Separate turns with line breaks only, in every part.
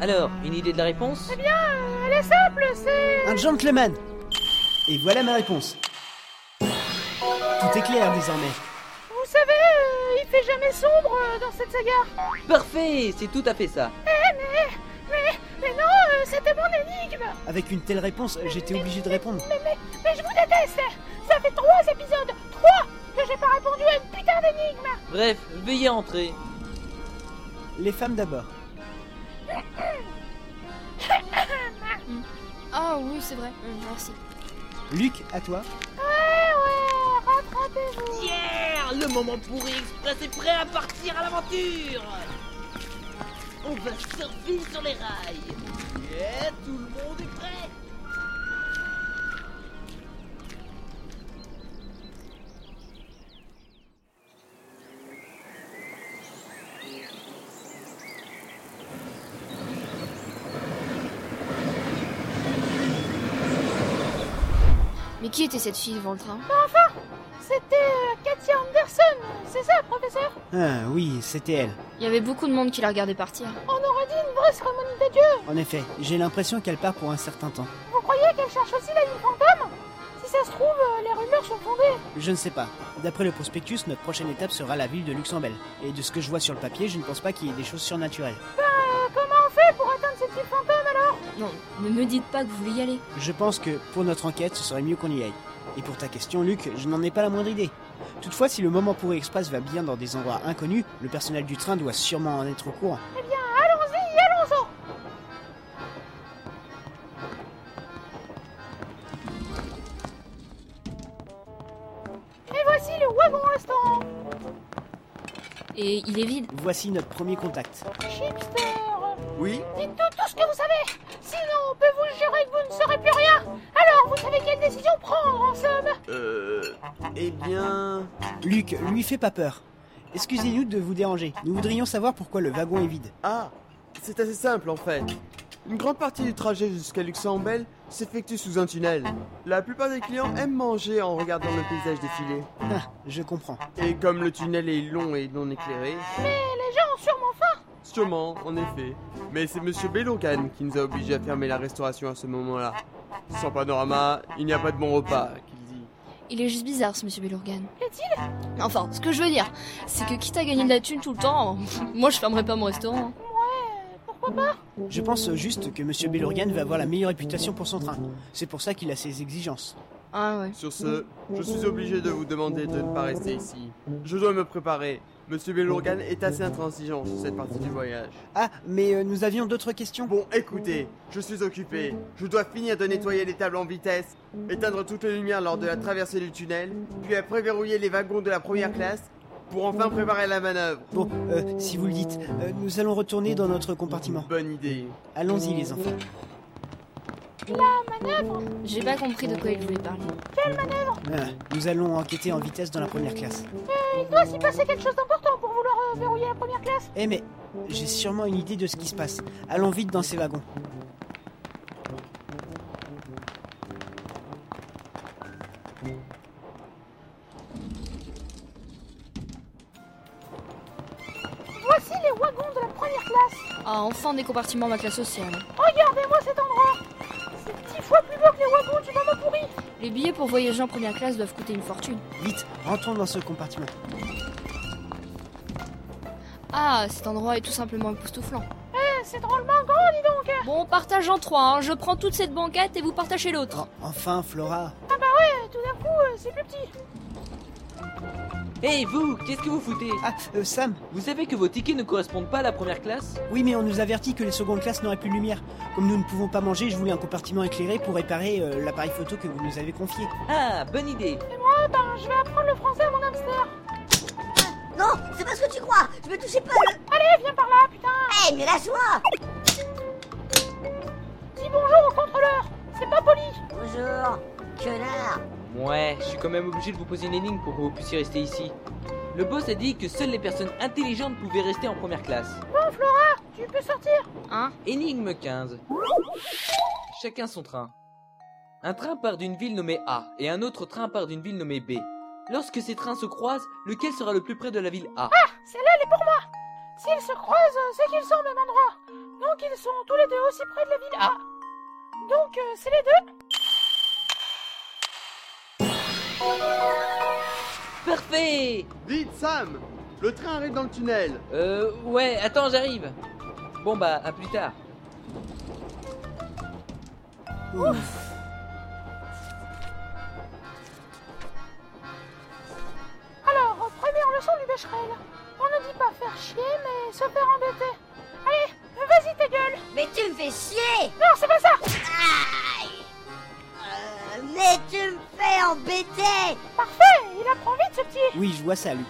Alors, une idée de la réponse
Elle est simple, c'est.
Un gentleman Et voilà ma réponse. Tout est clair désormais.
Vous savez, euh, il fait jamais sombre euh, dans cette saga. Eh,
Parfait C'est tout à fait ça.
Mais, mais non, euh, c'était mon énigme.
Avec une telle réponse, j'étais obligé de répondre.
Mais, mais, mais je vous déteste. Ça fait trois épisodes, trois, que j'ai pas répondu à une putain d'énigme.
Bref, veuillez entrer.
Les femmes d'abord.
Ah oui, c'est vrai. Hum, Merci.
Luc, à toi.
Ouais, Eh ouais, rattrapez-vous.
Hier, le moment pourri express est prêt à partir à l'aventure On va survivre sur les rails Yeah, tout le monde est prêt
Mais qui était cette fille devant le train
C'était euh, Katia Anderson, c'est ça, professeur
Ah oui, c'était elle.
Il y avait beaucoup de monde qui la regardait partir.
On aurait dit une vraie cérémonie de Dieu.
En effet, j'ai l'impression qu'elle part pour un certain temps.
Vous croyez qu'elle cherche aussi la ville fantôme Si ça se trouve, euh, les rumeurs sont fondées.
Je ne sais pas. D'après le prospectus, notre prochaine étape sera la ville de Luxembourg. Et de ce que je vois sur le papier, je ne pense pas qu'il y ait des choses surnaturelles.
Euh, comment on fait pour atteindre cette ville fantôme alors
Non, ne me dites pas que vous voulez y aller.
Je pense que pour notre enquête, ce serait mieux qu'on y aille. Et pour ta question, Luc, je n'en ai pas la moindre idée. Toutefois, si le moment pourri express va bien dans des endroits inconnus, le personnel du train doit sûrement en être au courant.
Eh bien, allons-y, allons-en. Et voici le wagon restaurant.
Et il est vide.
Voici notre premier contact.
Chipster.
Oui
Dites tout, tout ce que vous savez. Sinon, on peut vous jurer que vous ne saurez plus rien. Alors, vous savez quelle décision prendre en somme
Euh. Eh bien.
Luc, lui fait pas peur. Excusez-nous de vous déranger. Nous voudrions savoir pourquoi le wagon est vide.
Ah C'est assez simple en fait. Une grande partie du trajet jusqu'à Luxembourg s'effectue sous un tunnel. La plupart des clients aiment manger en regardant le paysage défiler.
Ah, je comprends.
Et comme le tunnel est long et non éclairé,
Mais les gens ont sûrement faim.
sûrement, en effet. Mais c'est Monsieur Bellogan qui nous a obligés à fermer la restauration à ce moment-là. Sans panorama, il n'y a pas de bon repas, qu'il dit.
Il est juste bizarre ce monsieur Bellorgan.
Est-il
Enfin, ce que je veux dire, c'est que quitte à gagner de la thune tout le temps, moi je fermerai pas mon restaurant. hein.
Pourquoi pas
Je pense juste que Monsieur Bellorgan va avoir la meilleure réputation pour son train. C'est pour ça qu'il a ses exigences.
Ah ouais.
Sur ce, je suis obligé de vous demander de ne pas rester ici. Je dois me préparer. Monsieur Bellogan est assez intransigeant sur cette partie du voyage.
Ah, mais euh, nous avions d'autres questions.
Bon, écoutez, je suis occupé. Je dois finir de nettoyer les tables en vitesse, éteindre toutes les lumières lors de la traversée du tunnel, puis à préverrouiller les wagons de la première classe pour enfin préparer la manœuvre.
Bon, euh, si vous le dites, euh, nous allons retourner dans notre compartiment.
Bonne idée.
Allons-y les enfants.
J'ai pas compris de quoi il voulait parler.
Ah, nous allons enquêter en vitesse dans la première classe.
Il doit s'y passer quelque chose d'important pour vouloir euh, verrouiller la première classe.
Eh mais, j'ai sûrement une idée de ce qui se passe. Allons vite dans ces wagons.
Voici les wagons de la première classe.
Ah, enfin des compartiments ma classe sociale.
Regardez-moi cet endroit. C'est dix fois plus beau que les wagons du moment pourri.
Les billets pour voyager en première classe doivent coûter une fortune.
Vite, rentrons dans ce compartiment.
Ah, cet endroit est tout simplement époustouflant.
Eh, C'est drôlement grand, dis donc.
Bon, partage en trois, hein. je prends toute cette banquette et vous partagez l'autre.
Oh, enfin, Flora.
Eh, Tout d'un coup, euh, c'est plus petit.
Hé vous, qu'est-ce que vous foutez
Ah, euh, Sam.
Vous savez que vos tickets ne correspondent pas à la première classe
Oui, mais on nous avertit que les secondes classes n'auraient plus de lumière. Comme nous ne pouvons pas manger, je voulais un compartiment éclairé pour réparer euh, l'appareil photo que vous nous avez confié.
Ah, bonne idée
Ah ben, je vais apprendre le français à mon hamster.
Non, c'est parce que tu crois. Je me touchais pas le.
Allez, viens par là, putain.
Eh, mais lâche-moi
Dis bonjour au contrôleur. C'est pas poli.
Bonjour, connard.
Ouais, je suis quand même obligé de vous poser une énigme pour que vous puissiez rester ici. Le boss a dit que seules les personnes intelligentes pouvaient rester en première classe.
Bon, Oh, Flora, tu peux sortir.
Hein
Énigme 15. Chacun son train. Un train part d'une ville nommée A et un autre train part d'une ville nommée B. Lorsque ces trains se croisent, lequel
Ah
sera le plus près de la ville A
Celle-là, elle est pour moi. S'ils se croisent, c'est qu'ils sont au même endroit. Donc ils sont tous les deux aussi près de la ville A. Donc euh, c'est les deux.
Parfait
Vite, Sam Le train arrive dans le tunnel
Euh, ouais, attends, j'arrive. Bon bah, à plus tard.
Alors, première leçon du Becherel. On ne dit pas faire chier, mais se faire embêter. Allez, vas-y ta gueule.
Mais tu me fais chier
Non, c'est pas ça.
Aïe Euh, Mais tu me fais embêter
Parfait, il apprend vite ce petit.
Oui, je vois ça, Luc.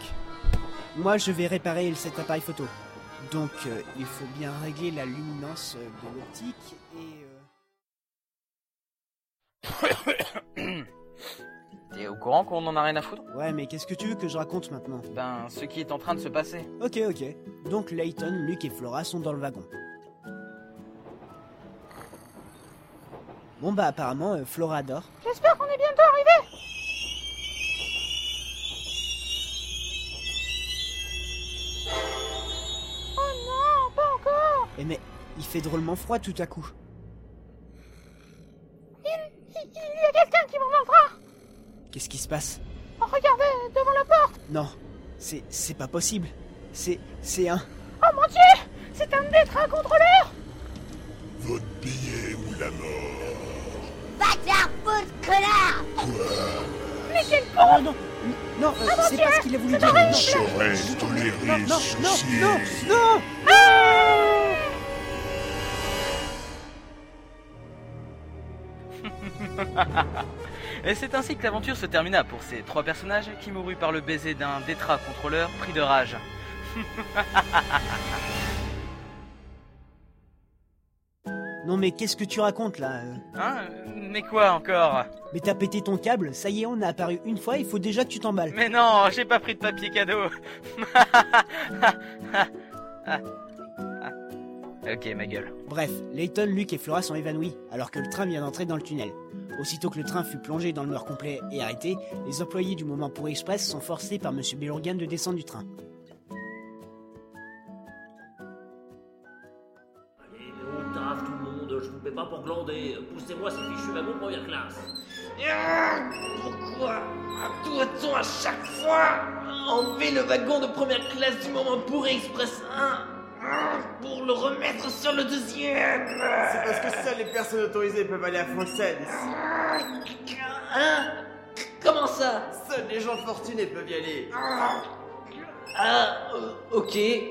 Moi, je vais réparer cet appareil photo. Donc, euh, il faut bien régler la luminance euh, de l'optique et... euh,
T'es au courant qu'on en a rien à foutre
Ouais, mais qu'est-ce que tu veux que je raconte maintenant
Ben, ce qui est en train de se passer.
Ok, ok. Donc, Layton, Luc et Flora sont dans le wagon. Bon bah apparemment, euh, Flora dort.
J'espère qu'on est bientôt arrivé. Oh non, pas encore.
Et Eh, mais, il fait drôlement froid tout à coup.
Il, il y a quelqu'un qui m'en train.
Qu'est-ce qui se passe
Oh, regardez, devant la porte.
Non, c'est... c'est pas possible. C'est... c'est un...
Oh mon dieu, c'est un des trains contrôleurs.
Votre billet ou la mort
Va te faire foutre, connard
Oh non Non, euh, c'est pas ce qu'il a voulu dire. Non,
Vous saurez tolérer
non,
ceci
non,
et
non, non
Et c'est ainsi que l'aventure se termina pour ces trois personnages qui moururent par le baiser d'un détra contrôleur pris de rage.
Non mais qu'est-ce que tu racontes là euh
Hein Mais quoi encore
Mais t'as pété ton câble, ça y est, on a apparu une fois, il faut déjà que tu t'emballes.
Mais non, j'ai pas pris de papier cadeau. ok, ma gueule.
Bref, Layton, Luke et Flora sont évanouis, alors que le train vient d'entrer dans le tunnel. Aussitôt que le train fut plongé dans le mur complet et arrêté, les employés du Moment pour Express sont forcés par Monsieur Bellorgan de descendre du train.
Allez, au taf tout le monde, je vous mets pas pour glander. Poussez-moi ces fichus wagons première classe. euh, Pourquoi À tout autant à chaque fois Enlever le wagon de première classe du moment pourri Express 1 ah, pour le remettre sur le deuxième.
C'est parce que seules les personnes autorisées peuvent aller à Fontaine.
Hein Comment ça
Seuls les gens fortunés peuvent y aller
Ah, euh, ok. Dis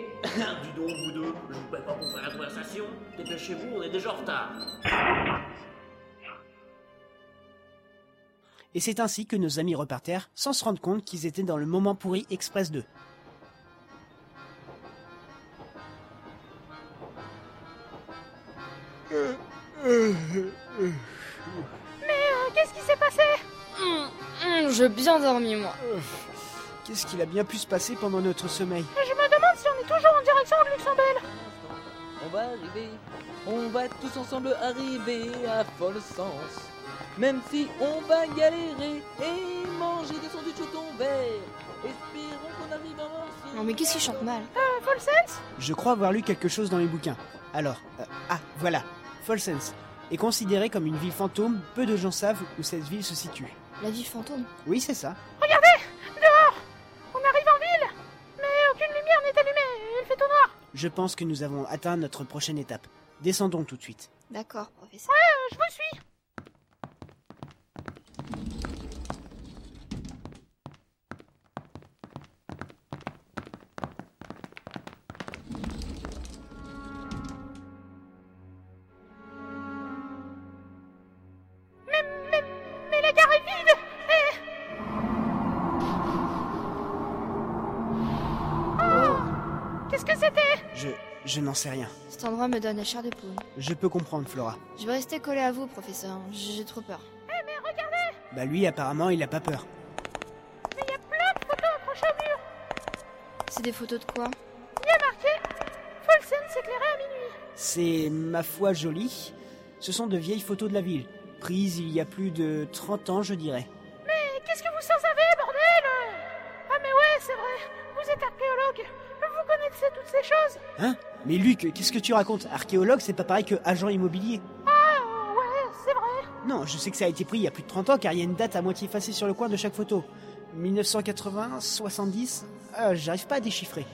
donc, vous deux, je vous paie pas pour faire la conversation. Dépêchez-vous, on est déjà en retard.
Et c'est ainsi que nos amis repartirent sans se rendre compte qu'ils étaient dans le Moment pourri Express 2.
Euh, Qu'est-ce qui s'est passé
Hum, hum, J'ai bien dormi, moi.
Qu'est-ce qu'il a bien pu se passer pendant notre sommeil
Je me demande si on est toujours en direction de Luxembourg.
On va arriver, on va tous ensemble arriver à Folle Sens. Même si on va galérer et manger des sandwichs au thon vert. Espérons qu'on arrive à manger.
Non, mais qu'est-ce qu'il chante mal
Euh, Full Sense
Je crois avoir lu quelque chose dans les bouquins. Alors, euh, ah, voilà, Folsense est considérée comme une ville fantôme, peu de gens savent où cette ville se situe.
La ville fantôme.
Oui, c'est ça.
On arrive en ville, mais aucune lumière n'est allumée. Il fait tout noir.
Je pense que nous avons atteint notre prochaine étape. Descendons tout de suite.
D'accord, professeur.
Euh, je vous suis. Mais, mais, mais la gare est vide Et- Oh Qu'est-ce que c'était
Je. je n'en sais rien.
Cet endroit me donne la chair d'époule.
Je peux comprendre, Flora.
Je vais rester collé à vous, professeur. J'ai trop peur.
Bah lui, apparemment, il a pas peur.
C'est des photos de quoi
Folsen s'éclairait à minuit.
C'est, ma foi, joli. Ce sont de vieilles photos de la ville, prises il y a plus de 30 ans, je dirais.
Mais qu'est-ce que vous en savez, bordel Ah mais ouais, c'est vrai. Vous êtes archéologue. Vous connaissez toutes ces choses.
Hein Mais Luc, qu'est-ce que tu racontes Archéologue, c'est pas pareil que agent immobilier.
Ah, ouais, c'est vrai.
Non, je sais que ça a été pris il y a plus de 30 ans car il y a une date à moitié effacée sur le coin de chaque photo. 1980, 70, euh, j'arrive pas à déchiffrer.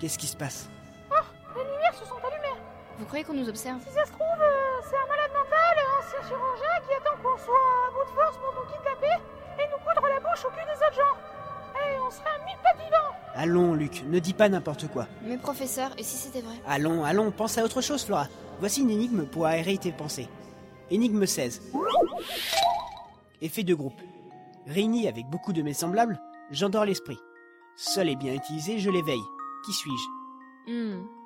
Qu'est-ce qui se passe
Oh, les lumières se sont allumées.
Vous croyez qu'on nous observe
Si ça se trouve, euh, c'est un malade mental et un ancien chirurgien qui attend qu'on soit à bout de force pour nous kidnapper et nous coudre la bouche au cul des autres gens. Et on serait un mille pas vivants.
Allons, Luc, ne dis pas n'importe quoi.
Mais professeur, et si c'était vrai
Allons, allons, pense à autre chose, Flora. Voici une énigme pour aérer tes pensées. Énigme 16. Effet de groupe. Réuni avec beaucoup de mes semblables, j'endors l'esprit. Seul et bien utilisé, je l'éveille. Qui suis-je
Hmm.